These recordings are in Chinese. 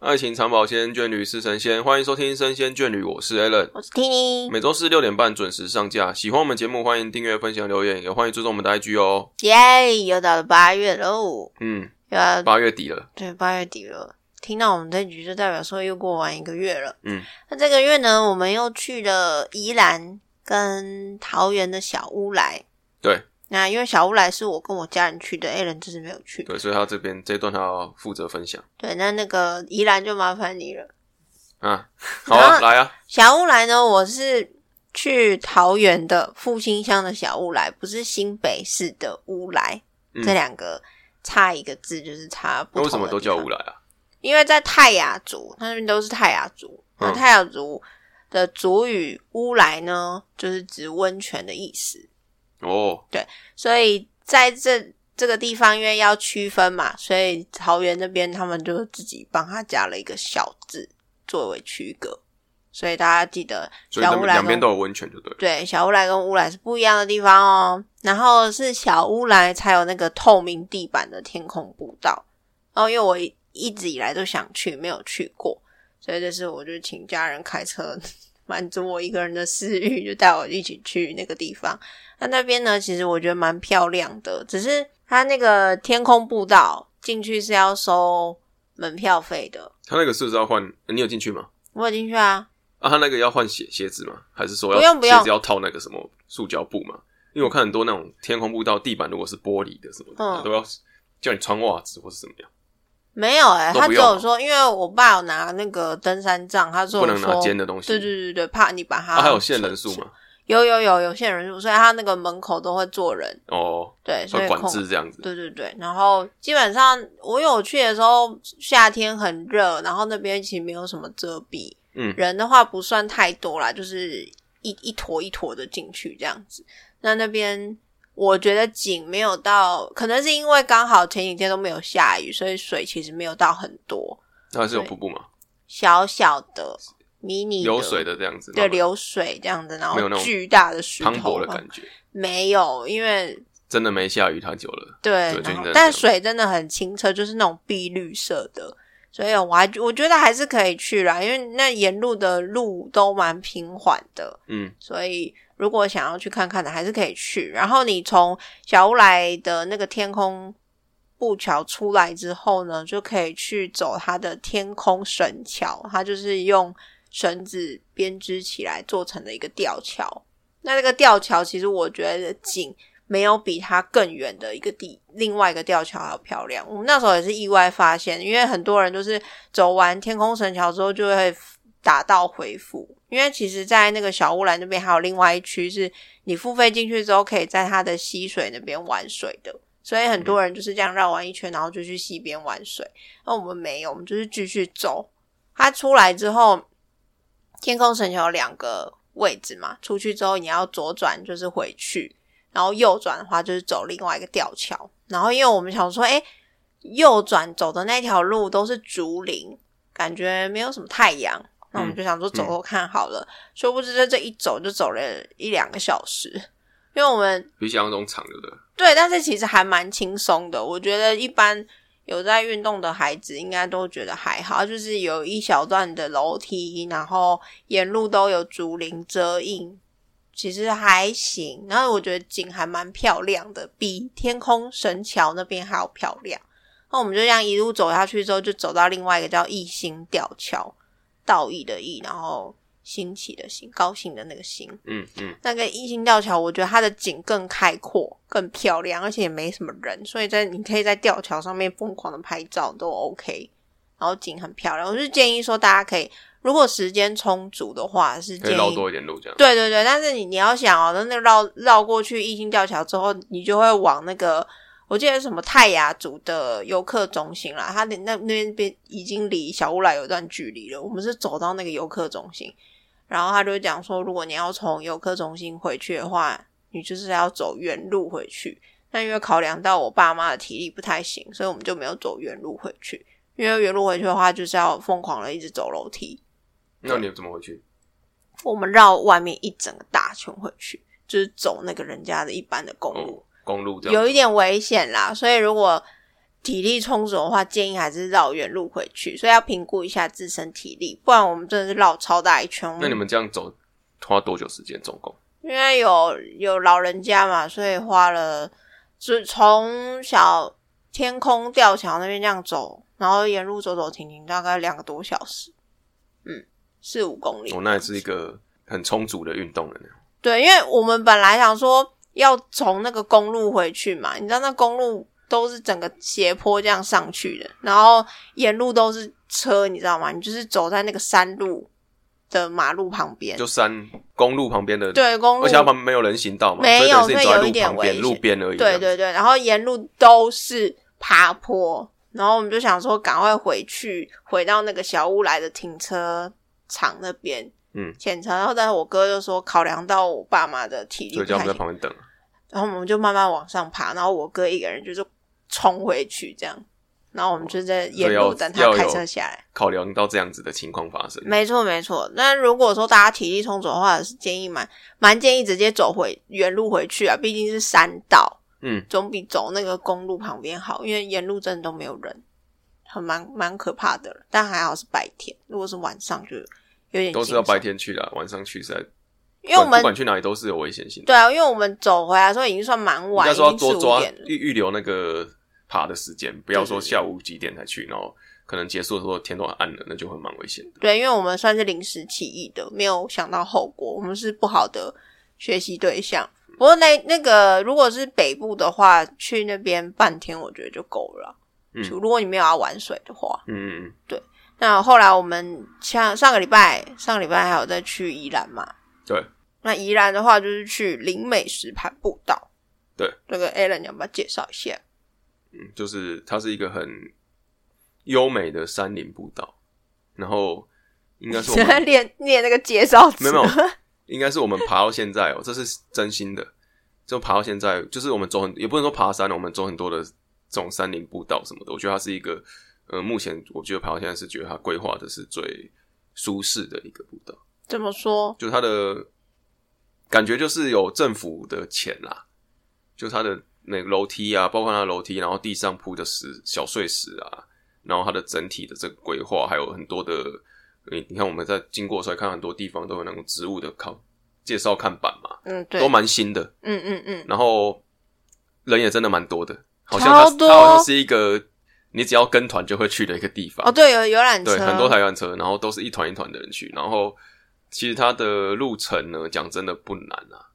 爱情长保鲜，眷侣是神仙。欢迎收听《生鲜眷侣》，我是 Allen。我是 Tini，每周四六点半准时上架。喜欢我们节目，欢迎订阅、分享、留言，也欢迎追踪我们的 IG 哦。耶！又到了八月喽，嗯，又要八月底了，对八月底了。听到我们这局，就代表说又过完一个月了。嗯，那这个月呢，我们又去了宜兰跟桃园的小乌来。对，那因为小乌来是我跟我家人去的，A 人这次没有去。对，所以他这边这一段他要负责分享对，那那个宜兰就麻烦你了。啊。好啊，啊来啊，小乌来呢，我是去桃园的复兴乡的小乌来，不是新北市的乌来，嗯这两个差一个字就是差不那同。为什么都叫乌来？来啊？因为在泰雅族那边都是泰雅族，嗯那泰雅族的族语乌来呢，就是指温泉的意思，哦，所以在这。这个地方因为要区分嘛，所以桃园那边他们就自己帮他加了一个小字作为区隔，所以大家记得所以他小乌们来两边跟都有温泉就对了。对，小乌来跟乌来是不一样的地方哦。然后是小乌来才有那个透明地板的天空步道。然后因为我一一直以来都想去，没有去过，所以这次我就请家人开车， 满足我一个人的私欲，就带我一起去那个地方。那那边呢，其实我觉得蛮漂亮的，只是它那个天空步道进去是要收门票费的。他那个是不是要换？呃你有进去吗？我有进去啊，啊，他那个要换鞋鞋子吗？还是说要不用不用鞋子要套那个什么塑胶布吗？因为我看很多那种天空步道地板如果是玻璃的什么的，嗯都要叫你穿袜子或是怎么样，没有哎、都他不只用有说，因为我爸有拿那个登山杖，他只有不能拿说，尖的东西。对对对对，怕你把它、啊，还有限人数？嘛？有有有有限人数，所以他那个门口都会坐人，哦，对，所会以管控制。这样子。对对对，然后基本上我有去的时候，夏天很热，然后那边其实没有什么遮蔽，嗯人的话不算太多啦，就是一一坨一坨的进去这样子。那那边我觉得景没有到，可能是因为刚好前几天都没有下雨，所以水其实没有到很多，那还是有瀑布嘛？小小的迷你流水的这样子，对慢慢流水这样子，然没有后那种巨大的石头磅礴的感觉。没有，因为真的没下雨太久了，对对，然后真的但水真的很清澈，就是那种碧绿色的，所以我还我觉得还是可以去啦，因为那沿路的路都蛮平缓的，嗯，所以如果想要去看看的，还是可以去。然后你从小乌来的那个天空步桥出来之后呢，就可以去走它的天空绳桥，它就是用绳子编织起来做成的一个吊桥。那这个吊桥其实我觉得景没有比它更远的一个地，另外一个吊桥还要漂亮。我们那时候也是意外发现，因为很多人都是走完天空神桥之后就会打道回府，因为其实，在那个小乌兰那边还有另外一区是你付费进去之后可以在它的溪水那边玩水的。所以很多人就是这样绕完一圈，然后就去溪边玩水。那我们没有，我们就是继续走。它出来之后，天空神桥有两个位置嘛，出去之后你要左转就是回去，然后右转的话就是走另外一个吊桥。然后因为我们想说，哎，右转走的那条路都是竹林，感觉没有什么太阳，那我们就想说走走看好了。殊不知这这一走就走了一两个小时，因为我们比想象中长，对不对？对，但是其实还蛮轻松的。我觉得一般有在运动的孩子应该都觉得还好，就是有一小段的楼梯，然后沿路都有竹林遮映，其实还行。然后我觉得景还蛮漂亮的，比天空神桥那边还要漂亮。那我们就这样一路走下去之后，就走到另外一个叫义兴吊桥，道义的义，然后兴起的兴，高兴的那个兴。嗯嗯，那个一心吊桥，我觉得它的景更开阔、更漂亮，而且也没什么人，所以在你可以在吊桥上面疯狂的拍照都 OK。然后景很漂亮，我是建议说大家可以，如果时间充足的话，是可以建绕议多一点路这样。对对对，但是你你要想哦，那那个绕绕过去一心吊桥之后，你就会往那个我记得是什么泰雅族的游客中心啦，它那那那边已经离小乌来有一段距离了。我们是走到那个游客中心，然后他就讲说，如果你要从游客中心回去的话，你就是要走原路回去。那因为考量到我爸妈的体力不太行，所以我们就没有走原路回去。因为原路回去的话，就是要疯狂的一直走楼梯，那你怎么回去？我们绕外面一整个大圈回去，就是走那个人家的一般的公路，哦哦，公路这样。有一点危险啦。所以如果体力充足的话，建议还是绕远路回去，所以要评估一下自身体力，不然我们真的是绕超大一圈。那你们这样走花多久时间？总共因为有有老人家嘛，所以花了，就从小天空吊桥那边这样走，然后沿路走走停停，大概两个多小时，嗯，四五公里。哦，那也是一个很充足的运动了呢。对，因为我们本来想说要从那个公路回去嘛，你知道那公路都是整个斜坡这样上去的，然后沿路都是车，你知道吗？你就是走在那个山路的马路旁边，就山公路旁边的，对，公路而且它旁边没有人行道嘛，没有所以等于是你走在所以有一路点旁边、危险路边而已。对，对对，然后沿路都是爬坡，然后我们就想说赶快回去，回到那个小屋来的停车场那边，嗯，检查。然后但是我哥就说考量到我爸妈的体力所以不叫我太们在行，旁边等。啊然后我们就慢慢往上爬，然后我哥一个人就是冲回去这样，然后我们就在沿所以路要等哦要他有开车下来。考量到这样子的情况发生，没错，没错。那如果说大家体力充足的话，是建议蛮蛮建议直接走回原路回去啊，毕竟是山道。嗯，总比走那个公路旁边好，因为沿路真的都没有人，很蛮蛮可怕的了。但还好是白天，如果是晚上就有点都是要白天，天去的，晚上去是在，因为我不管们不管去哪里都是有危险性的。对啊，因为我们走回来的时候已经算蛮应晚，该已说要经多四五抓点了。预预留那个爬的时间，不要说对对对下午几点才去，然后可能结束的时候天都暗了，那就会蛮危险的。对，因为我们算是临时起意的，没有想到后果，我们是不好的学习对象。不过那那个如果是北部的话，去那边半天我觉得就够了啦。嗯就如果你没有要玩水的话，嗯嗯嗯，那后来我们像上个礼拜，上个礼拜还有再去宜兰嘛？对。那宜兰的话，就是去林美石盘步道。对。这个 Alan 你要不要介绍一下？嗯，就是它是一个很优美的山林步道，然后应该是我 们练练那个介绍词？没有没有，应该是我们爬到现在哦，这是真心的。就爬到现在，就是我们走很，也不能说爬山了，我们走很多的这种山林步道什么的。我觉得它是一个，呃，目前我觉得爬到现在是觉得它规划的是最舒适的一个步道， 怎么说？就它的感觉就是有政府的钱啦，就它的那个楼梯啊，包括它的楼梯，然后地上铺的石小碎石啊，然后它的整体的这个规划，还有很多的，你你看我们在经过的时候，看到很多地方都有那种植物的靠介绍看板嘛，嗯，对都。蛮新的，嗯嗯嗯，然后人也真的蛮多的，好像它超多它好像是一个你只要跟团就会去的一个地方哦，对，有游览车，对，很多台湾车，然后都是一团一团的人去，然后其实它的路程呢，讲真的不难啊，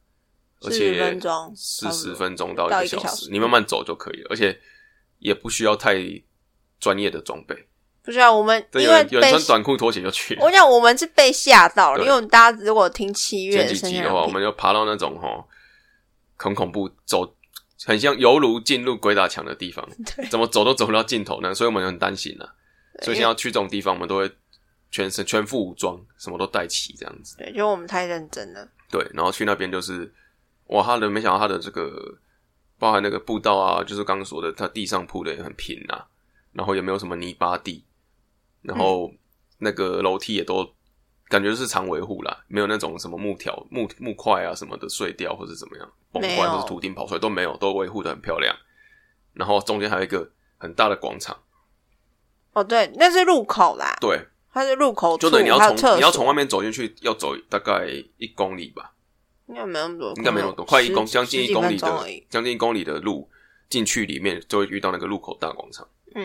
而40且分钟四差不十多分钟到到一一个个小小时，时你慢慢走就可以了，而且也不需要太专业的装备，不是啊，我们对，因有为人有人被穿短裤拖鞋就去了。我讲我们是被吓到了，对因为我们大家如果听七月前的几圣集诞的话，我们就爬到那种吼很恐怖，走很像犹如进入鬼打墙的地方， 对怎么走都走不到尽头呢？所以我们很担心啊。所以像要去这种地方，我们都会全身全副武装，什么都带齐这样子。对，就我们太认真了。对，然后去那边就是哇，他的没想到他的这个包含那个步道啊，就是刚刚说的，它地上铺的也很平啊，然后也没有什么泥巴地，嗯然后那个楼梯也都感觉是常维护啦，没有那种什么木条、木木块啊什么的碎掉或者怎么样崩没坏有或者土顶跑出来都没有，都维护的很漂亮。然后中间还有一个很大的广场，哦，对，那是入口啦，对，它是入口处，就等于你要还有厕从所，你要从外面走进去，要走大概一公里吧，应该没有那么多，应该没有多，快一公十将近十一几公分里钟的而已。将近一公里的路进去里面，就会遇到那个路口大广场。嗯，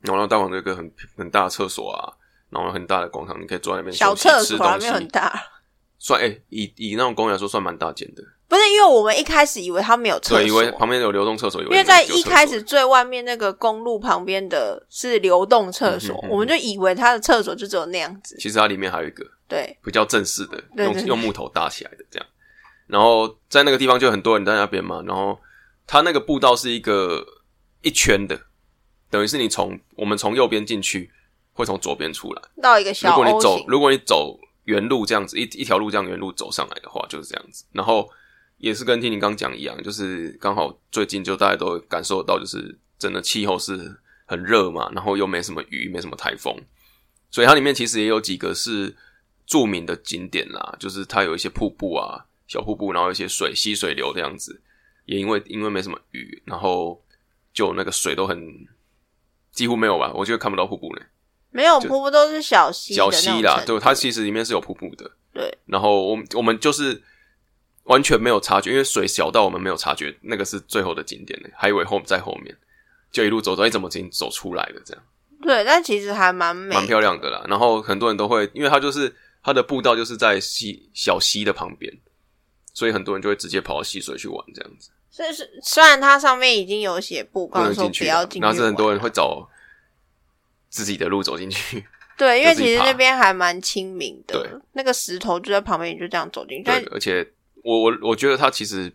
然后那大广场有一个很很大的厕所啊，然后很大的广场，你可以坐在那边小休息厕吃所还东没西有。很大， 算哎、以以那种公园来说，算蛮大间的。不是因为我们一开始以为它没有厕所，对，因为旁边有流动厕所，以因为在有一厕所开始最外面那个公路旁边的是流动厕嗯所，哼嗯哼我们就以为它的厕所就只有那样子。其实它里面还有一个对，比较正式的，对用对对用木头搭起来的这样。然后在那个地方就很多人在那边嘛，然后它那个步道是一个一圈的，等于是你从我们从右边进去，会从左边出来。到一个如小果你 O 走型，，如果你走原路这样子，一一条路这样原路走上来的话，就是这样子。然后也是跟听你刚讲一样，就是刚好最近就大家都感受到，就是真的气候是很热嘛，然后又没什么雨，没什么台风，所以它里面其实也有几个是著名的景点啦，就是它有一些瀑布啊、小瀑布，然后有一些水溪水流这样子。也因为因为没什么雨，然后就那个水都很几乎没有吧？我觉得看不到瀑布呢，没有就瀑布都是小溪的小那种溪啦，程对，度它其实里面是有瀑布的。对，然后我们我们就是完全没有察觉，因为水小到我们没有察觉，那个是最后的景点呢，还以为后在后面，就一路走走，哎，怎么已经走出来了？这样对，但其实还蛮美蛮，漂亮的啦。然后很多人都会，因为它就是它的步道就是在溪小溪的旁边，所以很多人就会直接跑到溪水去玩这样子。是是，虽然它上面已经有写布不告能说进不去要啊，进去玩，然后是很多人会找自己的路走进去。对，因为就自己其实那爬边还蛮亲民对的，那个石头就在旁边，你就这样走进去，对但，而且我我我觉得它其实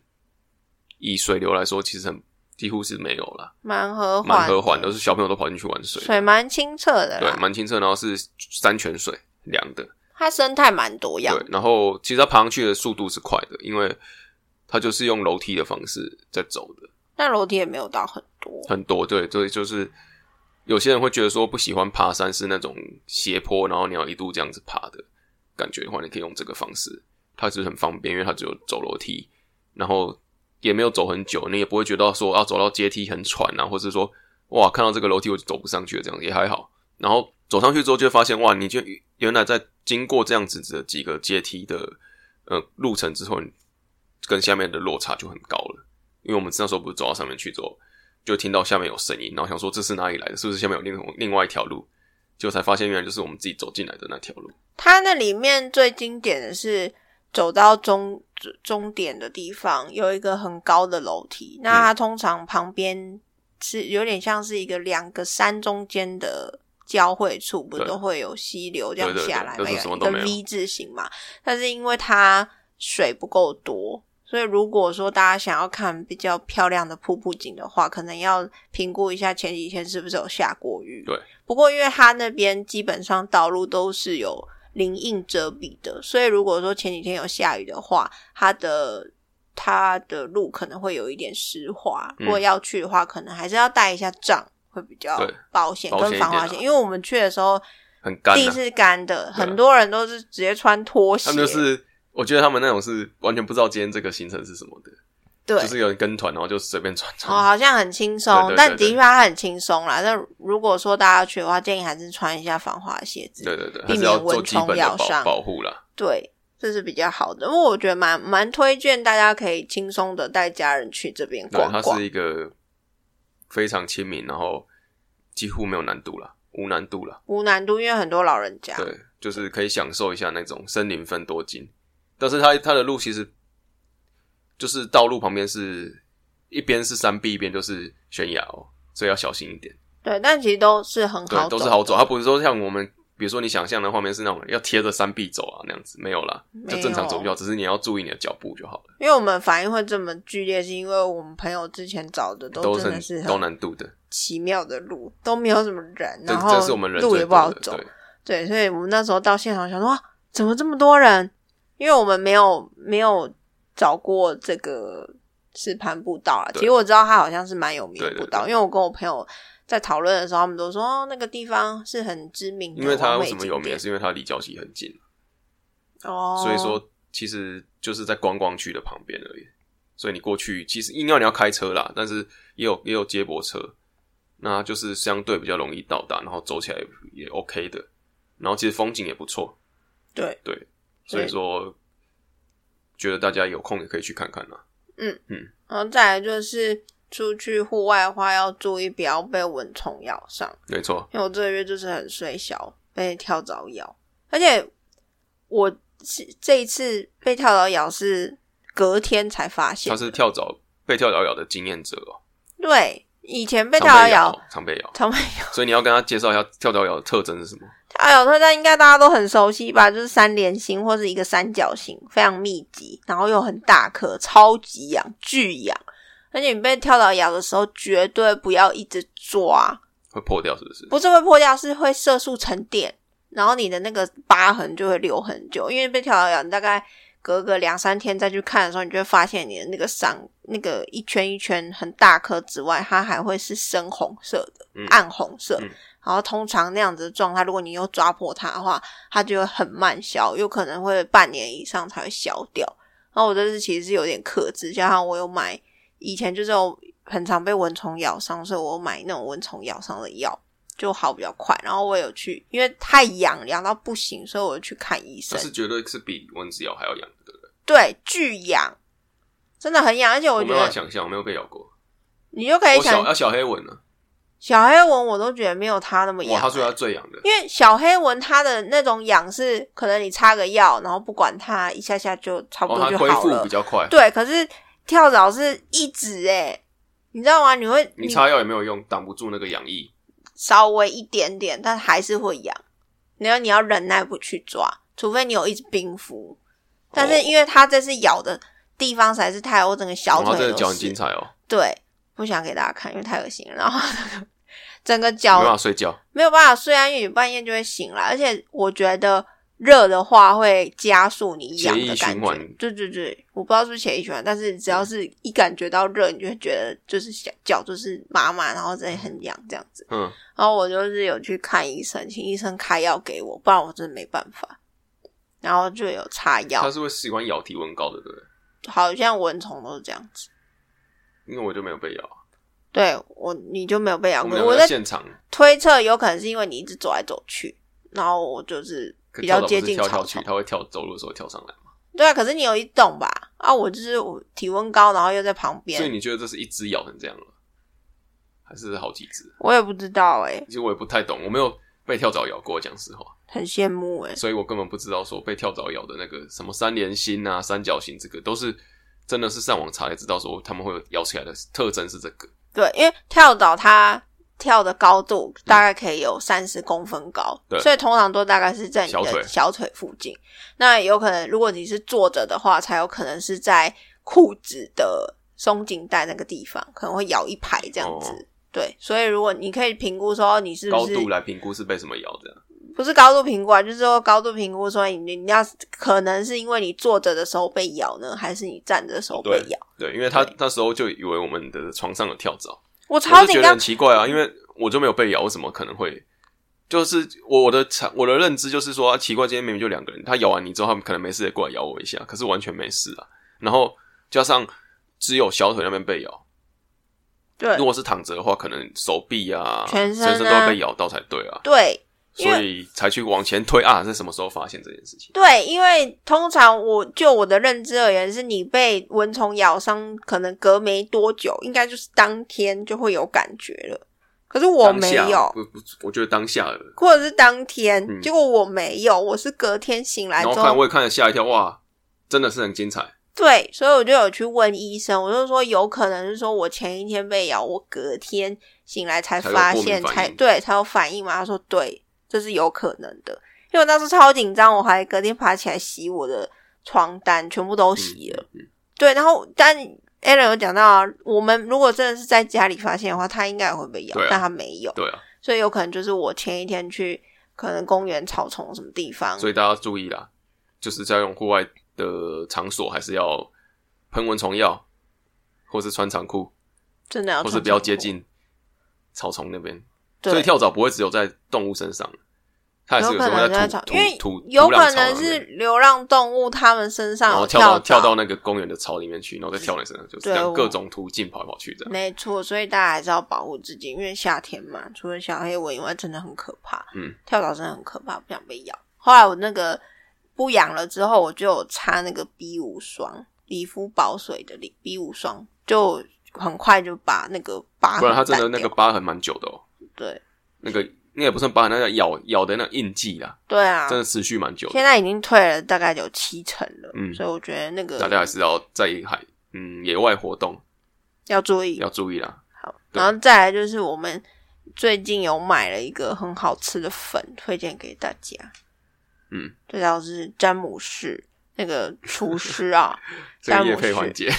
以水流来说，其实很几乎是没有啦，蛮和缓，蛮和缓，的，是小朋友都跑进去玩水，水啊蛮清澈的对，啦，蛮清澈，然后是山泉水，凉的，它生态蛮多样对，，然后其实它爬上去的速度是快的，因为它就是用楼梯的方式在走的，但楼梯也没有到很多，很多对，所以就是。有些人会觉得说不喜欢爬山是那种斜坡，然后你要一度这样子爬的感觉的话，你可以用这个方式，它是很方便，因为它只有走楼梯，然后也没有走很久，你也不会觉得说啊走到阶梯很喘啊，或是说哇看到这个楼梯我就走不上去了，这样也还好。然后走上去之后就会发现哇，你就原来在经过这样子的几个阶梯的呃路程之后，你跟下面的落差就很高了，因为我们那时候不是走到上面去之后，就听到下面有声音，然后想说这是哪里来的，是不是下面有另另外一条路？结果才发现原来就是我们自己走进来的那条路。它那里面最经典的是走到终终点的地方有一个很高的楼梯，那它通常旁边是有点像是一个两个山中间的交汇处，不是对都会有溪流这样对对对下来嘛，但是什么一都个没有 V 字形嘛。但是因为它水不够多。所以，如果说大家想要看比较漂亮的瀑布景的话，可能要评估一下前几天是不是有下过雨。对不过，因为它那边基本上道路都是有林荫遮蔽的，所以如果说前几天有下雨的话，它的它的路可能会有一点湿滑。嗯如果要去的话，可能还是要带一下帐，会比较对保险保险跟一防点滑啊险。因为我们去的时候很干、啊，地是干的，对啊很多人都是直接穿拖鞋，他们就是，我觉得他们那种是完全不知道今天这个行程是什么的，对。就是有人跟团，然后就随便穿哦，穿。好像很轻松，对对对但的对确它很轻松啦。但如果说大家去的话，建议还是穿一下防滑鞋子。对对对，还避免是要做基本蚊虫咬的伤保保护啦。对，这是比较好的，因为我觉得蛮蛮推荐大家可以轻松的带家人去这边对，逛它逛是。一个非常亲民，然后几乎没有难度啦，无难度啦。无难度，因为很多老人家。对，就是可以享受一下那种森林分多金，但是它它的路其实就是道路旁边是一边是山壁，一边就是悬崖哦，所以要小心一点。对，但其实都是很对，好走，都是好走，它。不是说像我们。比如说你想象的画面是那种要贴着山壁走啊，那样子没有啦，就正常走没就有好，只是你要注意你的脚步就好了，因为我们反应会这么剧烈，是因为我们朋友之前找的都真的是高很难度的，奇妙的路，都没有什么人，这然后这是我们人路最也不多好的走对。对，所以我们那时候到现场想说，哇，怎么这么多人？因为我们没有没有找过这个石盘步道啦。对其实我知道它好像是蛮有名的对对步道，因为我跟我朋友在讨论的时候，他们都说、哦、那个地方是很知名的因为它完为美什么景有名，点是因为它离礁溪很近，哦，所以说其实就是在观光区的旁边而已。所以你过去其实硬要你要开车啦，但是也有也有接驳车，那就是相对比较容易到达，然后走起来也 OK 的。然后其实风景也不错，对对，所以说觉得大家有空也可以去看看啦。然后再来就是出去户外的话，要注意不要被蚊虫咬伤。没错，因为我这个月就是很衰小，被跳蚤咬，而且我是这一次被跳蚤咬是隔天才发现它，是跳蚤被跳蚤咬的经验者哦，对，以前被常跳被咬蚤咬哦，，常被咬，常被咬，所以你要跟他介绍一下跳蚤咬的特征是什么。跳蚤咬特征应该大家都很熟悉吧，就是三连星或是一个三角形，非常密集，然后又很大颗，超级痒，巨痒，而且你被跳蚤咬的时候，绝对不要一直抓，会破掉是不是？不是会破掉，是会色素沉淀，然后你的那个疤痕就会留很久，因为被跳蚤咬，你大概隔个两三天再去看的时候，你就会发现你的那个伤，那个一圈一圈很大颗之外，它还会是深红色的、嗯暗红色。嗯然后通常那样子的状态，如果你又抓破它的话，它就会很慢消，有可能会半年以上才会消掉。然后我这次其实是有点克制，加上我有买以前就是有很常被蚊虫咬伤，所以我有买那种蚊虫咬伤的药。就好比较快。然后我有去，因为太痒痒到不行，所以我就去看医生但。是绝对是比蚊子咬还要痒的，对不对？对，巨痒，真的很痒，而且我我没觉有办法得想象，我没有被咬过。你就可以我小想，要小黑蚊呢、小黑蚊我都觉得没有它那么哇，痒他。说他最痒的，因为小黑蚊它的那种痒是，可能你擦个药，然后不管它，一下下就差不哦，多它就恢好复了。比较快。对，可是跳蚤是一直哎、你知道吗？你会你擦药也没有用，挡不住那个痒意。稍微一点点，但还是会痒。然后你要忍耐不去抓，除非你有一只冰敷。但哦是因为它这次咬的地方实在是太，我整个小然后腿这个都脚很是精彩哦，对，不想给大家看，因为太恶心了。然后整个没脚办法睡觉。没有办法睡啊，因为你半夜就会醒来，而且我觉得热的话会加速你痒血的液感循觉环。嗯对对对，我不知道是不是血液循环，但是只要是一感觉到热，你就会觉得就是小脚就是麻麻，然后真的很痒这样子。嗯，然后我就是有去看医生，请医生开药给我，不然我真的没办法。然后就有擦它药，是会喜欢咬体温高的，对不对？好像蚊虫都是这样子。因为我就没有被咬，对我，你就没有被咬我过们。两我个在在现场，推测，有可能是因为你一直走来走去，然后我就是可比较跳蚤不接是近跳草跳去，丛。它会跳走路的时候跳上来嘛。对啊，可是你有一栋吧？啊，我就是我体温高，然后又在旁所以边，你觉得这是一只咬成这样了，还是好几只？我也不知道哎、其实我也不太懂，我没有被跳蚤咬过，讲实话，很羡慕哎、所以我根本不知道说被跳蚤咬的那个什么三连星啊、三角形，这个都是真的是上网查才知道说他们会有咬起来的特征是这个。对，因为跳蚤它跳的高度大概可以有三十公分高，嗯对所以通常都大概是在你小腿的小腿附近。那有可能，如果你是坐着的话，才有可能是在裤子的松紧带那个地方，可能会咬一排这样子。哦对，所以如果你可以评估说你是不高是度来评估是被什么咬的，啊不是高度评估啊，就是说高度评估说你你要可能是因为你坐着的时候被咬呢，还是你站着的时候被咬？对，因为他对那时候就以为我们的床上有跳蚤，我我超就紧觉得张很，奇怪啊，因为我就没有被咬，我怎么可能会？就是我我的常我的认知就是说、啊奇怪，今天明明就两个人，他咬完你之后，他们可能没事也过来咬我一下，可是完全没事啊。然后加上只有小腿那边被咬，对 如果是躺着的话，可能手臂啊、全身身啊都要被咬到才对啊，对，因为所以才去往前推啊。是什么时候发现这件事情？对，因为通常我就我的认知而言，是你被蚊虫咬伤，可能隔没多久，应该就是当天就会有感觉了。可是我当没下嗯有，不不，我觉得当下的。或者是当天，嗯结果我没有，我是隔天醒来然之后看后，我也看了吓一跳，哇，真的是很精彩。对，所以我就有去问医生，我就说有可能是说我前一天被咬，我隔天醒来才才有发过敏现，反才应对才有反应嘛。他说对，这是有可能的，因为我当时超紧张，我还隔天爬起来洗我的床单，全部都洗了。嗯，嗯对，然后但 Alan 有讲到啊，我们如果真的是在家里发现的话，他应该也会被咬，对啊但他没有，对啊，所以有可能就是我前一天去可能公园、草丛什么地方，所以大家注意啦，就是在用户外的场所，还是要喷蚊虫药，或是穿长裤，真的要或穿是不要长接裤。近草丛那边。所以对，跳蚤不会只有在动物身上，它也是有有可时候能在在草土，因为土土有土壤可草能那是边流浪动物它们身上然后有跳到跳蚤到那个公园的草里面去，然后再跳到你身上，就是这对样我各种途径跑来跑去这样。没错，所以大家还是要保护自己，因为夏天嘛，除了小黑蚊以外，真的很可怕。嗯，跳蚤真的很可怕，不想被咬。后来我那个不痒了之后，我就有擦那个 B 五霜，理肤保水的 B 五霜，就很快就把那个疤不然它它真的那个疤痕蛮久的哦，对那个那也不算疤痕，那个咬咬的那个印记啦，对啊真，的持续蛮久的。现在已经退了大概有七成了，嗯所以我觉得那大家还个是要在海嗯野外活动要注意要注意啦。好，对然后再来就是我们最近有买了一个很好吃的粉，推荐给大家。嗯，这道是詹姆士那个厨师啊， 这个詹夜姆配环士。节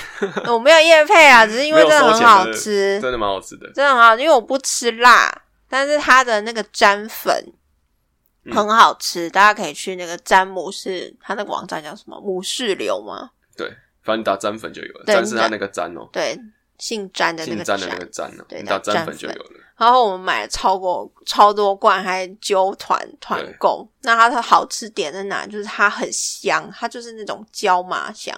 我没有夜配 啊，只是因为真没有的收很钱好的吃 真，的蛮好吃的，真的很好吃，因为我不吃辣，但是它的那个沾粉嗯很好吃，大家可以去那个詹姆士，它那个网站叫什么？母士流吗？对，反正你打沾粉就有了，对沾是你它打那个沾哦，对，姓詹的那姓个沾的那个沾哦，对你打打沾沾粉就有粉了。然后我们买了超过超多罐，还揪团团购。那它的好吃点在哪？就是它很香，它就是那种椒麻香。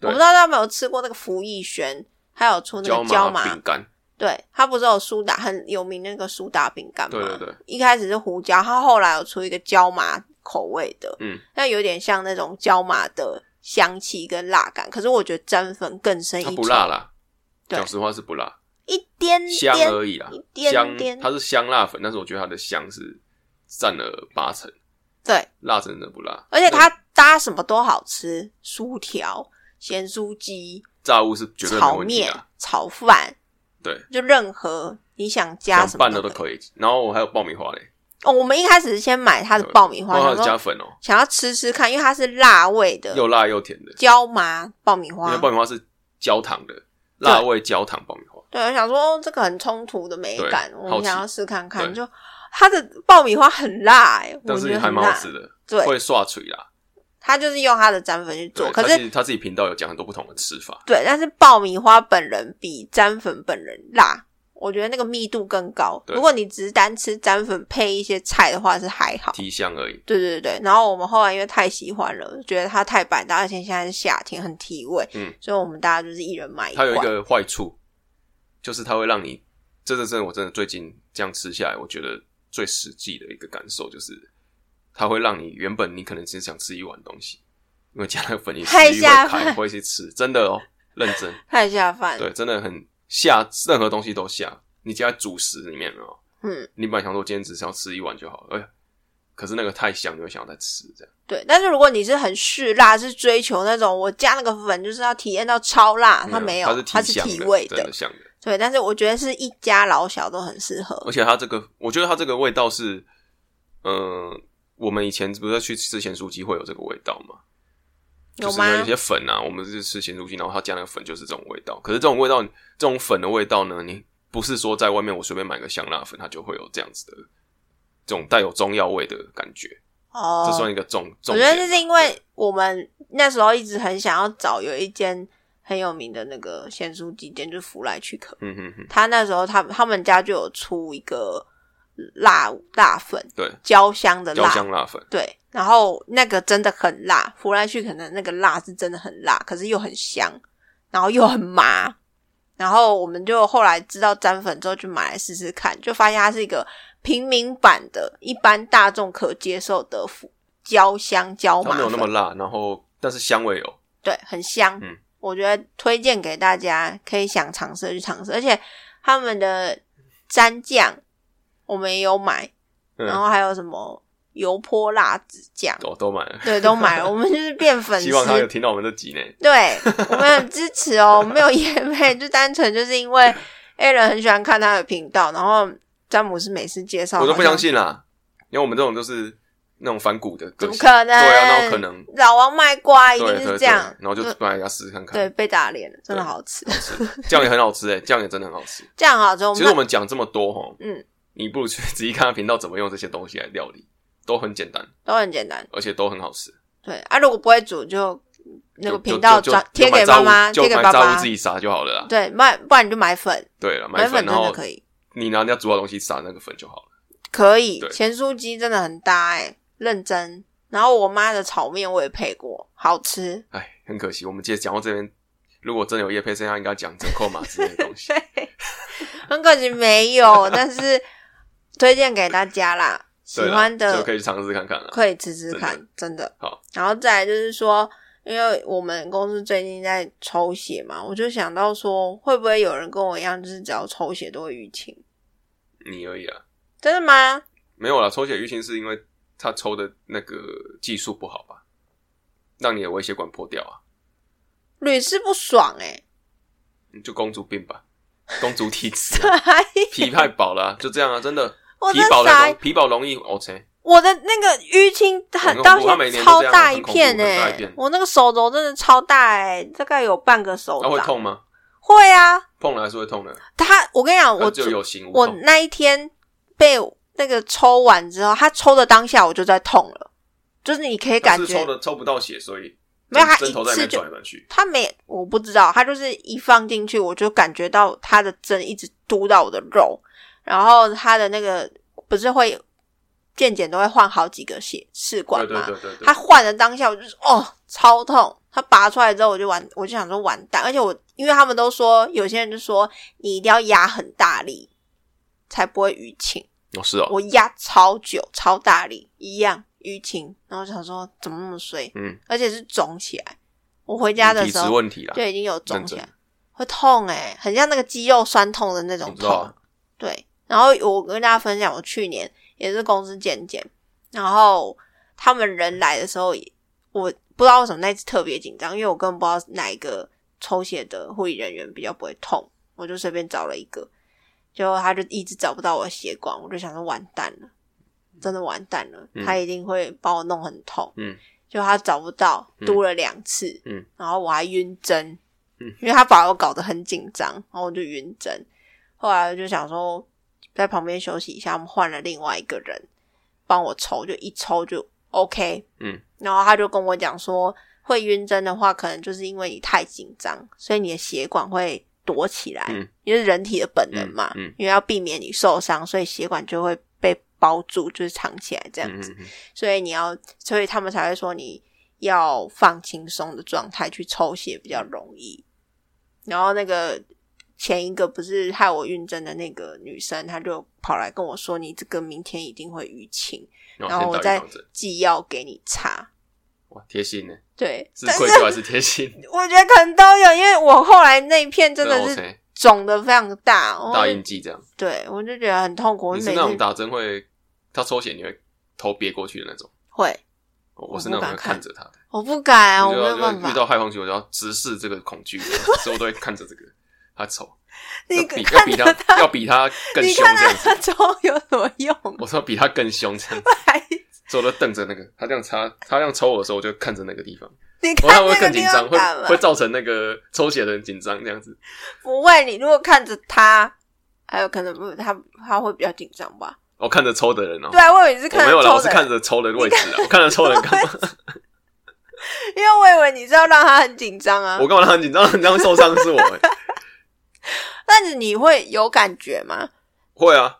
对我不知道大家有没有吃过那个福义轩，还有出那椒个椒麻麻饼干，对，它不是有苏打很有名那个苏打饼干吗？对对对，一开始是胡椒，它后来有出一个椒麻口味的，嗯，那有点像那种椒麻的香气跟辣感，可是我觉得沾粉更深一它层，不辣啦，对嗯讲实话是不辣，一点香点，而已啦一，点香点它是香辣粉，但是我觉得它的香是占了八成，对，辣真的不辣，而且它搭什么都好吃，酥条、咸酥鸡、炸物是绝对没炒问题面啊，、炒饭，对，就任何你想加想什么拌的都以。可以。然后我还有爆米花嘞，哦，我们一开始是先买它的对爆米爆花，米花想是加说粉哦，想要吃吃看，因为它是辣味的又辣又甜的，椒麻爆米因为花。爆米花是焦糖的，辣味焦糖爆米花。对，我想说、哦这个很冲突的美对感，我好们想吃要试看看。对就它的爆米花很辣、欸，我但觉是得还很蛮好辣。吃的，对，会刷嘴啦。他就是用他的沾粉去做，对，可他是其实他自己频道有讲很多不同的吃法，对，但是爆米花本人比沾粉本人辣，我觉得那个密度更高。对如果你只是单吃沾粉配一些菜的话，是还好。提香而已。对对对，然后我们后来因为太喜欢了，就觉得它太百搭，而且现在是夏天，很提味，嗯，所以我们大家就是一人买一它罐。有一个坏处，就是它会让你，这这这，我真的最近这样吃下来，我觉得最实际的一个感受就是，它会让你原本你可能只想吃一碗东西，因为加了粉，你食太欲下会开，饭会去 吃，真的哦，认真，太下饭，对，真的很下，任何东西都下。你加在主食里面哦，嗯，你本来想说今天只是要吃一碗就好了，哎、可是那个太香，你会想要再吃这样。对。但是如果你是很嗜辣，是追求那种我加那个粉就是要体验到超辣，啊它没有，它它是是提香提的味真的香的。对，但是我觉得是一家老小都很适合。而且它这个，我觉得它这个味道是，呃，我们以前不是去吃咸酥鸡会有这个味道吗？有就是吗？有一些粉啊，我们是吃咸酥鸡，然后它加那个粉就是这种味道。可是这种味道，这种粉的味道呢，你不是说在外面我随便买个香辣粉，它就会有这样子的这种带有中药味的感觉，哦，这算一个重重我觉点吧。得这是因为我们那时候一直很想要找有一间很有名的那个咸酥鸡店，就是福来去可。嗯哼哼，他那时候他他们家就有出一个辣辣粉，对，焦香的焦辣，香辣粉，对。然后那个真的很辣，福来去可能那个辣是真的很辣，可是又很香，然后又很麻。然后我们就后来知道沾粉之后，就买来试试看，就发现它是一个平民版的、一般大众可接受的福焦香椒麻它没有那粉么辣，然后但是香味有，对，很香。嗯我觉得推荐给大家，可以想尝试的去尝试，而且他们的蘸酱我们也有买，嗯哦然，后还有什么油泼辣子酱，我都买了。 对，都买了。我们就是变粉丝希，望他有听到我们这集呢。对，我们很支持哦，没有夜配，就单纯就是因为 A 人很喜欢看他的频道，然后詹姆斯每次介绍，我都不相，信啦，因为我们这种就是那种反骨的怎个么性，可能？对啊，那有可能，老王卖瓜一对定对是对，这样，嗯然后就买来家试试看对看，被打脸了，真的对好吃，酱也很好吃诶，酱也真的很好吃。这样好吃。我其实我们们讲这么多哈，嗯，你不如去仔细看他频道怎么用这些东西来料理，都很简单，都很简单。而且都很好吃。对啊，如果不会煮就那个就频道就转就贴就买给炸妈物妈，就贴给买爸炸物爸自。己撒就好了啦。对，买不然你就买粉，对了，买粉然真的后可以，你拿人家煮好的东西撒那个粉就好了。可以。对咸酥鸡真的很搭哎、认真。然后我妈的炒面我也配过，好 吃。哎，很可惜，我们今天讲到这边，如果真的有叶配生，他应该讲折扣码之类的东 西。很可惜没有，但是推荐给大家啦，喜对啦欢的就可以去尝试看看了。可以吃吃看，真的。好，然后再来就是说，因为我们公司最近在抽血嘛，我就想到说，会不会有人跟我一样，就是只要抽血都会淤青？你而已啊。真的吗？没有啦，抽血淤青是因为他抽的那个技术不好吧，让你的微血管破掉啊，屡试不爽哎、欸， 你就公主病吧，公主体质、啊，对，皮太薄了啊、就这样啊，真的，我皮真薄傻了，，皮薄容易哦 OK，我的那个淤青很很恐怖到它现每在年超都这样啊大很一恐怖片很大哎、一片我那个手肘真的超大哎、大概有半个手那、掌。啊会痛吗？会啊，碰了还是会痛的，他我跟你讲，我但就有形无我痛，那一天被那个抽完之后，他抽的当下我就在痛了，就是你可以但是感抽觉的抽不到血，所以没有它针头一在那边次就转来转去，他没我不知道，他就是一放进去我就感觉到他的针一直嘟到我的肉，然后他的那个不是会健检都会换好几个血试管对吗？对对对对他，换的当下，我就是哦，超痛。它拔出来之后，我就完，我就想说完蛋。而且我因为他们都说，有些人就说你一定要压很大力，才不会淤青。哦，是哦，我压超久，超大力，一样淤青。然后我想说怎么那么衰，嗯，而且是肿起来。我回家的体时质候问题啦，就已经有肿起啊认来，会痛哎、很像那个肌肉酸痛的那种我知痛道。对，然后我跟大家分享，我去年也是公司健检，然后他们人来的时候也，我不知道为什么那次特别紧张，因为我根本不知道哪一个抽血的护理人员比较不会痛，我就随便找了一个，结果他就一直找不到我的血管，我就想说完蛋了，真的完蛋了，嗯他一定会把我弄很痛。嗯，就他找不到，嗯嘟了两次，嗯，然后我还晕针，嗯，因为他把我搞得很紧张，然后我就晕针。后来我就想说，在旁边休息一下，我们换了另外一个人帮我抽，就一抽就 OK。嗯，然后他就跟我讲说，会晕针的话，可能就是因为你太紧张，所以你的血管会躲起来，嗯因为人体的本能嘛，嗯嗯因为要避免你受伤，所以血管就会被包住，就是藏起来这样嗯子。嗯嗯，所以你要，所以他们才会说你要放轻松的状态去抽血比较容易。然后那个前一个不是害我晕针的那个女生，她就跑来跟我说：“你这个明天一定会淤青，然然后后我哦先打预再防针，寄药给你擦。哇，贴心呢，”对，是但愧疚还是贴心？我觉得可能都有，因为我后来那一片 真的是 OK，肿的非常大，我啊哦大就应剂这样。对我就觉得很痛苦。我你是每那种次打针会，他抽血你会头别过去的那种。会，我我我是不那种敢会看看着他的，我不敢啊，我就没有要办就遇法。到害怕区，我就要直视这个恐惧，所以我都会看着这个他抽，你要比要看比着他 要比他更你凶看这他样子。他抽有什么用？我说比他更凶这样子，还所以我都瞪着那个他这样插，他这样抽我的时候，我就看着那个地方，你我他看会那个更紧地张，方会干嘛会？造成那个抽血的人紧张这样子。不会，你如果看着他，还有可能不，他他会比较紧张吧？我看着抽的人哦、对啊，我以为是我看没着有啦，我抽是的看人，着抽的位置啊，我看着抽的人干嘛？因为我以为你是要让他很紧张啊我。干嘛让他很紧张？很紧张受伤是我、欸，但是你会有感觉吗？会啊，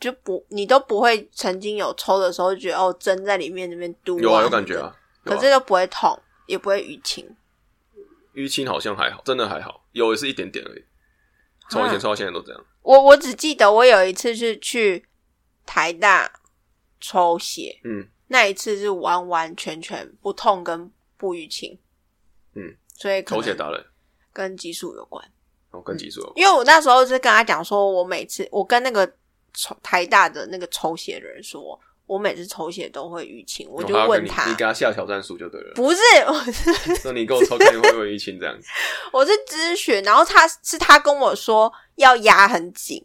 就不，你都不会曾经有抽的时候就觉得哦，针在里面那边嘟、有啊，啊，有感觉。啊。有可啊是都不会痛，也不会淤青。淤青好像还好，真的还好，有也是一点点而已。从以前抽到现在都这样。我我只记得我有一次是去台大抽血，嗯，那一次是完完全全不痛跟不淤青，嗯，所以可抽能血达人，跟激素有关。然后跟激素有关。因为我那时候是跟他讲说，我每次我跟那个抽台大的那个抽血的人说，我每次抽血都会淤青，我就然后还要跟问你他你，哦给他下挑战数就对了。不是，我是那你给我抽看你会不会淤青这 样子？我是咨询，然后他是他跟我说要压很紧，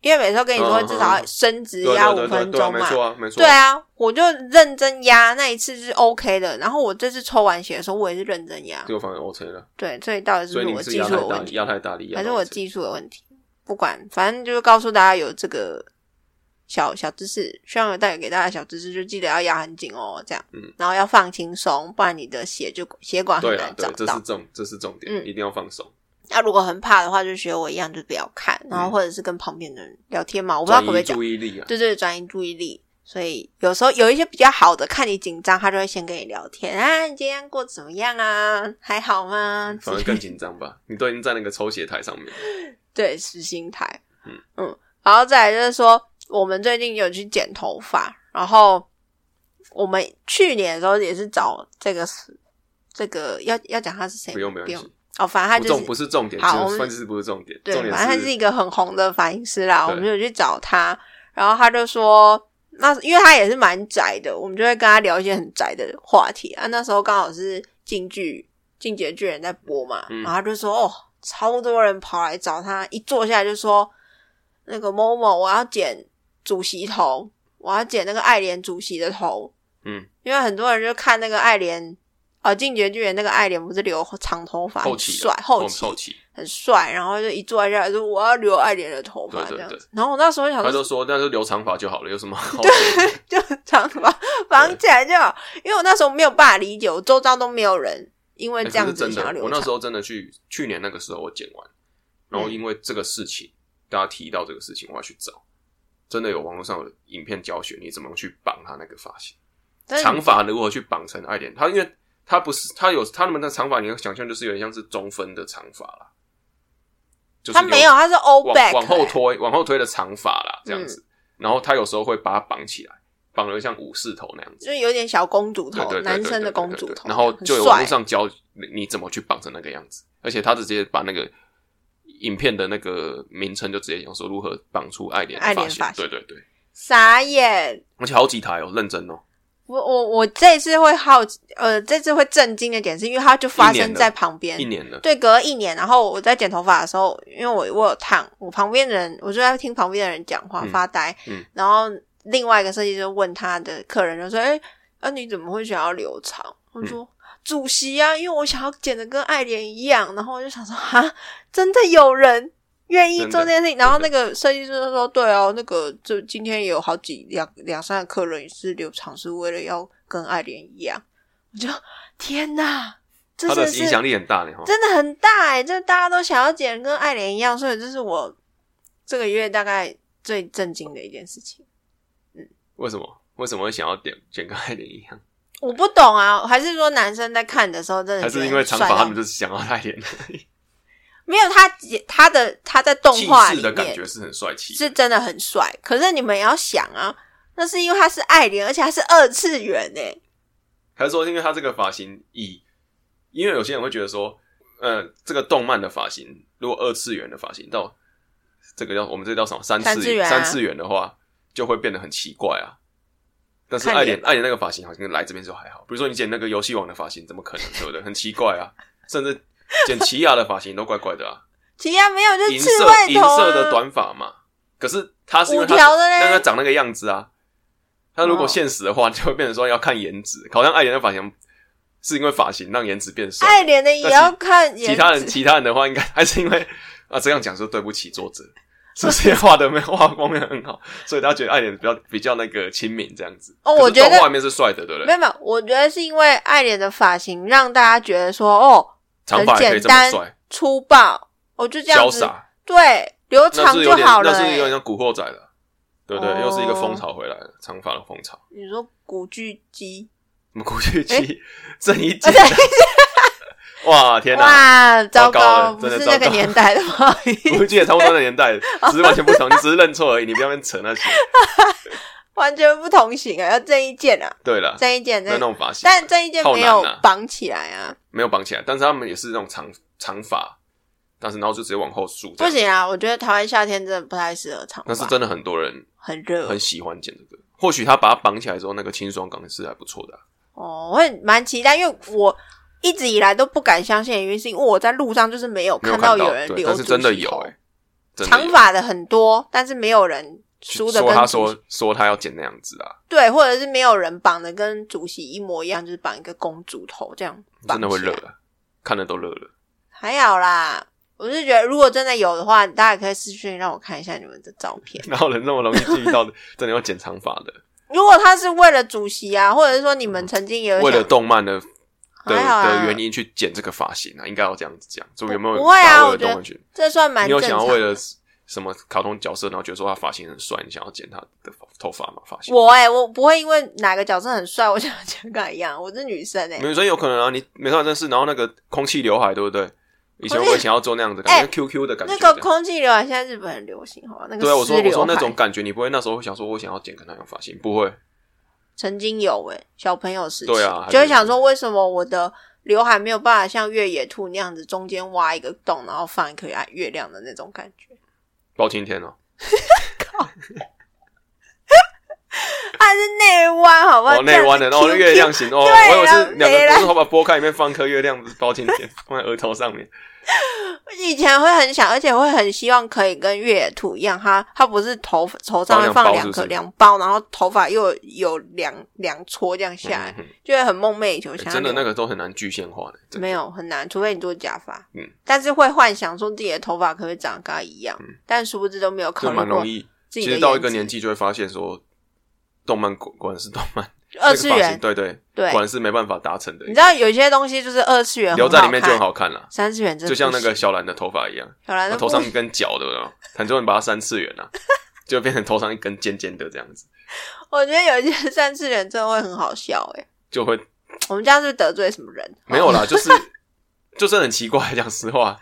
因为每次都跟你说嗯嗯嗯至少要伸直对对压五对对分对啊，钟没嘛，错啊，没错。对，啊，我就认真压那一次是 OK 的，然后我这次抽完血的时候，我也是认真压这。个反正 OK 了。对，所以到底是不所以啊是你我是技压术太有大问力，题，压太大力，压啊还是到我这技术有问题？不管，反正就是告诉大家有这个小小知识，希望有带给大家的小知识，就记得要压很紧哦，这样，嗯，然后要放轻松，不然你的血就血管很对啊难，对找，这到是。重，这是重点，嗯一定要放手。那、如果很怕的话，就学我一样，就不要看，然后或者是跟旁边的人聊天嘛，我不知道可嗯转不可以移讲注意力啊，对对，转移注意力。所以有时候有一些比较好的，看你紧张，他就会先跟你聊天啊，你今天过得怎么样啊？还好吗？嗯反而更紧张吧。 你都已经在那个抽血台上面了，对，是心态。嗯嗯，然后再来就是说，我们最近有去剪头发，然后我们去年的时候也是找这个这个要要讲他是谁吗，不用没关系不用，哦，反正他不就重是不是重点，好其实我们算是不是重点，对重，点反正他是一个很红的发型师啦，对我们就有去找他，然后他就说，那因为他也是蛮宅的，我们就会跟他聊一些很宅的话题啊。那时候刚好是进剧《进击的巨人》在播嘛，嗯然后他就说，哦，超多人跑来找他，一坐下来就说，那个某某，我要剪主席头，我要剪那个爱莲主席的头，嗯，因为很多人就看那个爱莲。哦，进击的巨人那个爱莲不是留长头发，后很期啊帅，后后期后期，很帅，然后就一坐下来就说我要留爱莲的头发对这对样对子。然后我那时候想他说就说那就留长发就好了，有什么好？ 哎就长发绑起来就好，因为我那时候没有办法理解，我周遭都没有人因为欸这样可子是想要真的，留我长。嗯那时候真的去去年那个时候我剪完，然后因为这个事情，大家提到这个事情，我要去找，真的有网络上有影片教学你怎么去绑他那个发型，但是长发如何去绑成爱莲，他因为它不是它有它们的长发，你要想象就是有点像是中分的长发啦，就是他没有，他是 O 往 back，往后欸嗯推往后推的长发啦，这样子。然后他有时候会把它绑起来，绑得像武士头那样子，就是有点小公主对头，对对对男对生的对公对主对头，然后很就有帅路上教你你怎么去绑成那个样子，而且他直接把那个影片的那个名称就直接讲说如何绑出爱莲的爱发莲发型，型对对对，傻眼。而且好几台哦，认真哦，我我我这次会好奇，呃，这次会震惊的点是因为它就发一年生了在旁边一，年了，对，隔一年，然后我在剪头发的时候，因为我我有烫，我旁边的人，我就在听旁边的人讲话嗯发呆，嗯然后另外一个设计就问他的客人就说：“哎，那、你怎么会想要留长？”我嗯说。主席啊，因为我想要剪的跟爱莲一样，然后我就想说，哈，真的有人愿意真的做这件事情。然后那真个设计师就说，对哦，那个就今天也有好几两两三个客人也是留长，是为了要跟爱莲一样。我就天哪，这他的真是影响力很大呢哈。真的很大哎、就是大家都想要剪跟爱莲一样，所以这是我这个月大概最震惊的一件事情。为什么？为什么会想要点剪跟爱莲一嗯样？我不懂啊，还是说男生在看的时候真的还觉是得因为长帅发到他们就是想要爱莲？没有他剪他的他在动气画里势的感面觉是很帅气的，是真的很帅，可是你们也要想啊，那是因为他是爱莲，而且他是二次元哎、还是说因为他这个发型以，因为有些人会觉得说，呃，这个动漫的发型，如果二次元的发型到这个叫我们这个叫什么三三次次元啊三次元的话，就会变得很奇怪啊。但是看爱莲脸爱莲那个发型好像来这边就还好，比如说你剪那个游戏王的发型，怎么可能对不对？很奇怪啊，甚至剪奇亚的发型都怪怪的啊，其他没有就是银刺色猬银头、啊、色的短发嘛，可是他是因为他五条的嘞让他长那个样子啊。他如果哦现实的话，就会变成说要看颜值，好像爱莲的发型是因为发型让颜值变帅，爱莲的也要看颜其他人值其他人的话应该还是因为啊这样讲说对不起作者，是不是画的没画方面很好，所以他觉得爱莲比较比较那个亲民这样子。哦可是我觉得动画里面是帅的，对不没对？有没有，我觉得是因为爱莲的发型让大家觉得说哦。长发也可以这么很简帅，粗暴，我就这样潇子，洒，对，留那长是就有点好了、那是有点欸。像古惑仔了，对不对？哦又是一个风潮回来了，长发的风潮。你说古巨基，我们古巨基诶哦郑伊健，哇天哪！ 哇，糟糟糕了不真的是那个糟糕年代的吗？ 估计也差不多那年 代，只是完全不同，你只是认错而已，你不要跟扯那些。完全不同型啊，要郑伊健啊，对了，郑伊健那那那，种发型，但郑伊健好没有难啊绑起来啊，没有绑起来，但是他们也是那种长长发，但是然后就直接往后梳，不。行啊，我觉得台湾夏天真的不太适合长发，但是真的很多人很热很喜欢剪这个，或许他把它绑起来之后，那个清爽感是还不错的啊、哦，我很蛮期待，因为我。一直以来都不敢相信的原因，是因为我在路上就是没有没有看看有人对，留但是真的有哎、哎、真的有长发的很多，但是没有人梳的说跟他主说说他要剪那样子啊，对，或者是没有人绑的跟主席一模一样，就是绑一个公主头这样绑真的会起热来啊，看的都热了。 还好啦，我是觉得如果真的有的话，大家也可以私讯让我看一下你们的照片。然后人那么容易遇 到的，真的要剪长发的，如果他是为了主席啊，或者是说你们曾经也有嗯为想了动漫的的还好啊的原因去剪这个发型啊，应该要这样子讲。所以有没有不会啊大家为我了觉得动漫去？这算蛮你有正常想的。要为了什么卡通角色，然后觉得说他发型很帅，你想要剪他的头发吗？发型？我哎、我不会因为哪个角色很帅，我想要跟他一样。我是女生哎、女生有可能啊，你美少女战士，然后那个空气刘海，对不对？以前我也想要做那样子感觉哎，QQ 的感觉那这样。个空气刘海现在日本很流行，好吧？那个对啊，我说丝我刘说海那种感觉，你不会那时候会想说我想要剪跟那样发型，不会。曾经有诶、小朋友时期，对啊就还是会想说为什么我的刘海没有办法像越野兔那样子中间挖一个洞，然后放一颗月亮的那种感觉。包青天哦，它啊是内弯，好不好？哦内弯的，然后这样子月亮型 Q Q 哦，我对以为然后是两没个了不是头发拨开，里面放颗月亮，不是包青天放在额头上 面。以前会很想，而且会很希望可以跟越野兔一样，它它不是头头上会放放两包两是不颗是两包，然后头发又有有两两撮这样下来，嗯就会很梦寐以求。嗯想要真的留那个都很难具现化的，真的没有很难，除非你做假发。嗯，但是会幻想说自己的头发可不可以长得跟他一样，但殊不知都没有考就虑蛮过容易。自己其的实到一个颜值年纪就会发现说，动漫果果然是动漫，二次那个发型元，对对，对果然是没办法达成的你。知道有些东西就是二次元留在里面就很好好看了看，，三次元真的就像那不个行小兰的头发一样，小兰然的后头上 不一根角的有没有，很多人把它三次元啊，就变成头上一根尖尖的这样子， 我觉得有一些三次元真的会很好笑哎、就会我们这样是不是得罪什么人？没有啦，就是就是很奇怪，讲实话，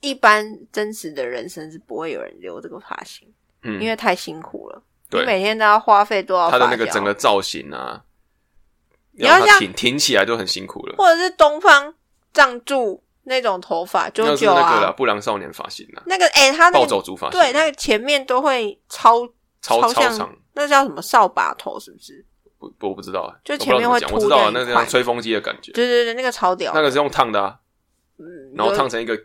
一般真实的人生是不会有人留这个发型，嗯，因为太辛苦了。对你每天都要花费多少他的发那个胶整个造型啊，你要让这他样挺挺起来就很辛苦了。或者是东方藏柱那种头发，九那是九那个啦，啊，不良少年发型啊，那个哎、他那暴个走族发型，对，那个前面都会超超超超像长，那叫什么扫把头，是不是？不不我不知道啊，就我不知前道面怎么会讲凸我知道啊，那一那个块像吹风机的感觉，对对对，那个超屌，那个是用烫的啊，嗯然后有烫成一个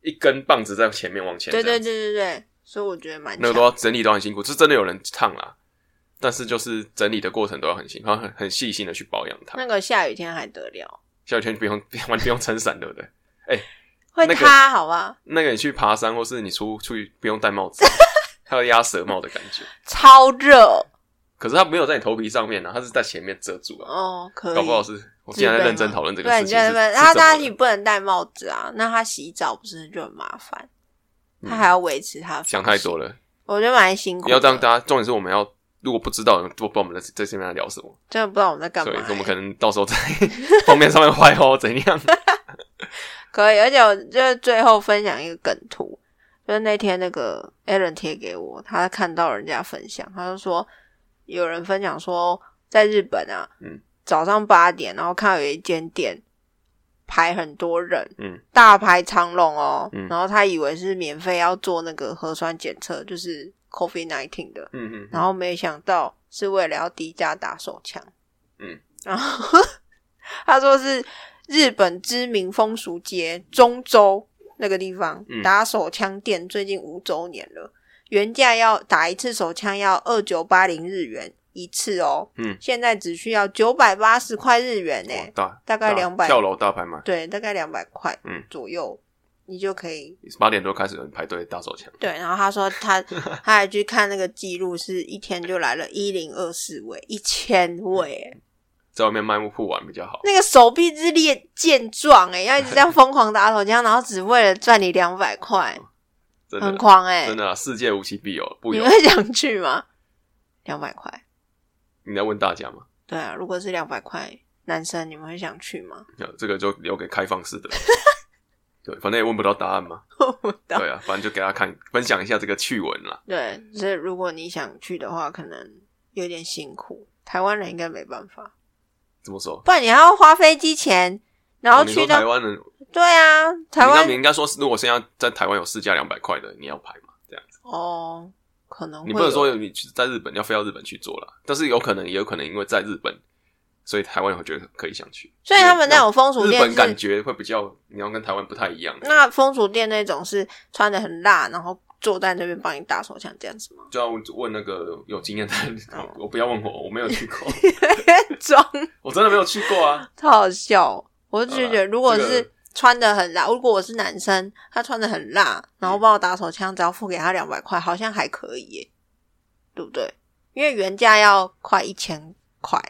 一根棒子在前面往前，对对，对对对，所以我觉得蛮那个强都要整理都很辛苦，是真的有人烫啦，但是就是整理的过程都要很辛苦，然后很很细心的去保养它。那个下雨天还得了，下雨天不用 完全不用撑伞，对不对？会那个塌好吧？那个你去爬山或是你出出去不用戴帽子， 它有鸭舌帽的感觉。超热可是它没有在你头皮上面呢、啊，它是在前面遮住啊，哦，可以。搞不好是我竟然在认真讨论这个对，事你情在是。那边，是然后怎么大家了你不能戴帽子啊，那他洗澡不是就很麻烦？嗯他还要维持他的想方太式，多了，我觉得蛮辛苦的。你要让大家重点是我们要。如果不知道，不不知道我们在在这边在聊什么，真的不知道我们在干嘛所以欸、我们可能到时候在 封面上面坏哦，怎 样？可以，而且我就是最后分享一个梗图，就是那天那个 Alan 贴给我，他看到人家分享，他就说有人分享说在日本啊，嗯，早上八点，然后看到有一间店排很多人，嗯，大排长龙哦，嗯然后他以为是免费要做那个核酸检测，就是 COVID nineteen 的，嗯嗯然后没想到是为了要低价打手枪。嗯，然后他说是日本知名风俗街中州那个地方、嗯打手枪店最近五周年了，原价要打一次手枪要二九八零日元一次哦，嗯现在只需要九百八十块日元呢、哇大大概大200跳楼大拍卖，对，大概两百块嗯左右，你就可以八点多开始有人排队打手枪，对，然后他说他他还去看那个记录，是一天就来了一零二四位，一千位嗯欸，在外面卖木铺玩比较好。 那个手臂之力健壮哎，要一直这样疯狂打手枪，然后只为了赚你两百块，哦真的很狂哎、真的啊，世界无奇必有，不你有会想去吗？两百块，你在问大家吗？对啊，如果是两百块，男生你们会想去吗？ 呃这个就留给开放式的。对，反正也问不到答案嘛。我不知道。对啊，反正就给他看分享一下这个趣闻啦。对，所以如果你想去的话，可能有点辛苦，台湾人应该没办法，怎么说？不然你还要花飞机钱，然后哦你说去台到。湾人，对啊，台你湾应该你应该说，如果现在在台湾有市价两百块的，你要排嘛？这样子，哦，可能会你不能有说你去在日本要非要日本去做啦，但是有可能，也有可能因为在日本，所以台湾会觉得可以想去。所以他们那种风俗日店本感是觉会比较，你要跟台湾不太一样。那风俗店那种是穿的很辣，然后坐在那边帮你打手枪这样子吗？ 就要问问那个有经验的人哦，我不要问我，我没有去过，装我真的没有去过啊。超好笑，我就好啦觉得如果这个是穿的很辣，如果我是男生，他穿的很辣，然嗯后帮我打手枪，只要付给他两百块，好像还可以耶，对不对？因为原价要快一千块，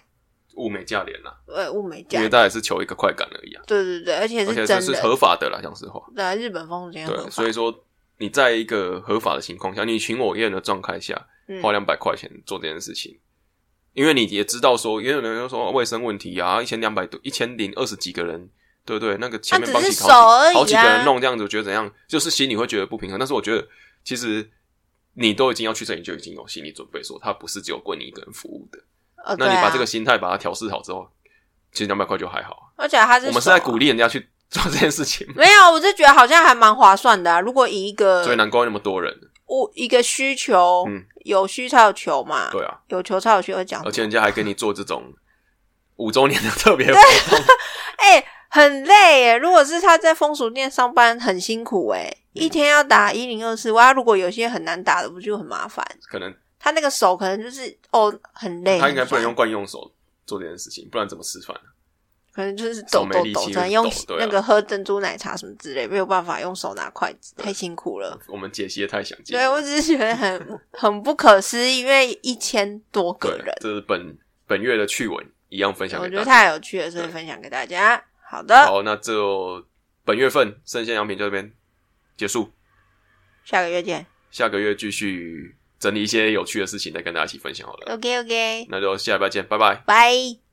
物美价廉啦，呃，物美价因为，大家也是求一个快感而已啊，对对对，而且而是且这真是的，合法的啦，讲实话。对，日本风俗店合对，法，所以说你在一个合法的情况下，你情我愿的状态下，嗯花两百块钱做这件事情，因为你也知道说，也有人就说卫生问题啊，一千两百多，一千零二十几个人。对对，那个前面那帮只几是好几、手而已啊好几个人弄这样子，我觉得怎样？就是心里会觉得不平衡。但是我觉得，其实你都已经要去这里，就已经有心理准备说它不是只有为你一个人服务的。呃，那你对把啊这个，心态把它调试好之后，其实两百块就还好啊。而且他是我们是手在啊鼓励人家去 做这件事情嘛，没有，我就觉得好像还蛮划算的、啊。如果以一个所以难怪那么多人。我一个需求，嗯有需才有求嘛，对啊，有求才有需要讲。而且人家还给你做这种五周年的特别活动，哎、很累耶。如果是他在风俗店上班，很辛苦哎，嗯一天要打一零二四，哇，如果有些很难打的，不就很麻烦？ 可能他那个手可能就是哦，很累，他应该不能很用烦，惯用手做这件事情，不然怎么吃饭？可能就是手抖没抖力抖，气只能就用抖对啊那个喝珍珠奶茶什么之类，没有办法用手拿筷子，太辛苦了。我们解析也太详尽，对，我只是觉得很 很不可思议，因为一千多个对人，这是本本月的趣闻，一样分享我给觉得大家。太有呃趣了，所以分享给大家。好的，好，那就本月份生鲜羊品就这边结束，下个月见。下个月继续整理一些有趣的事情，再跟大家一起分享好了。 OK OK，那就下礼拜见，拜拜。拜。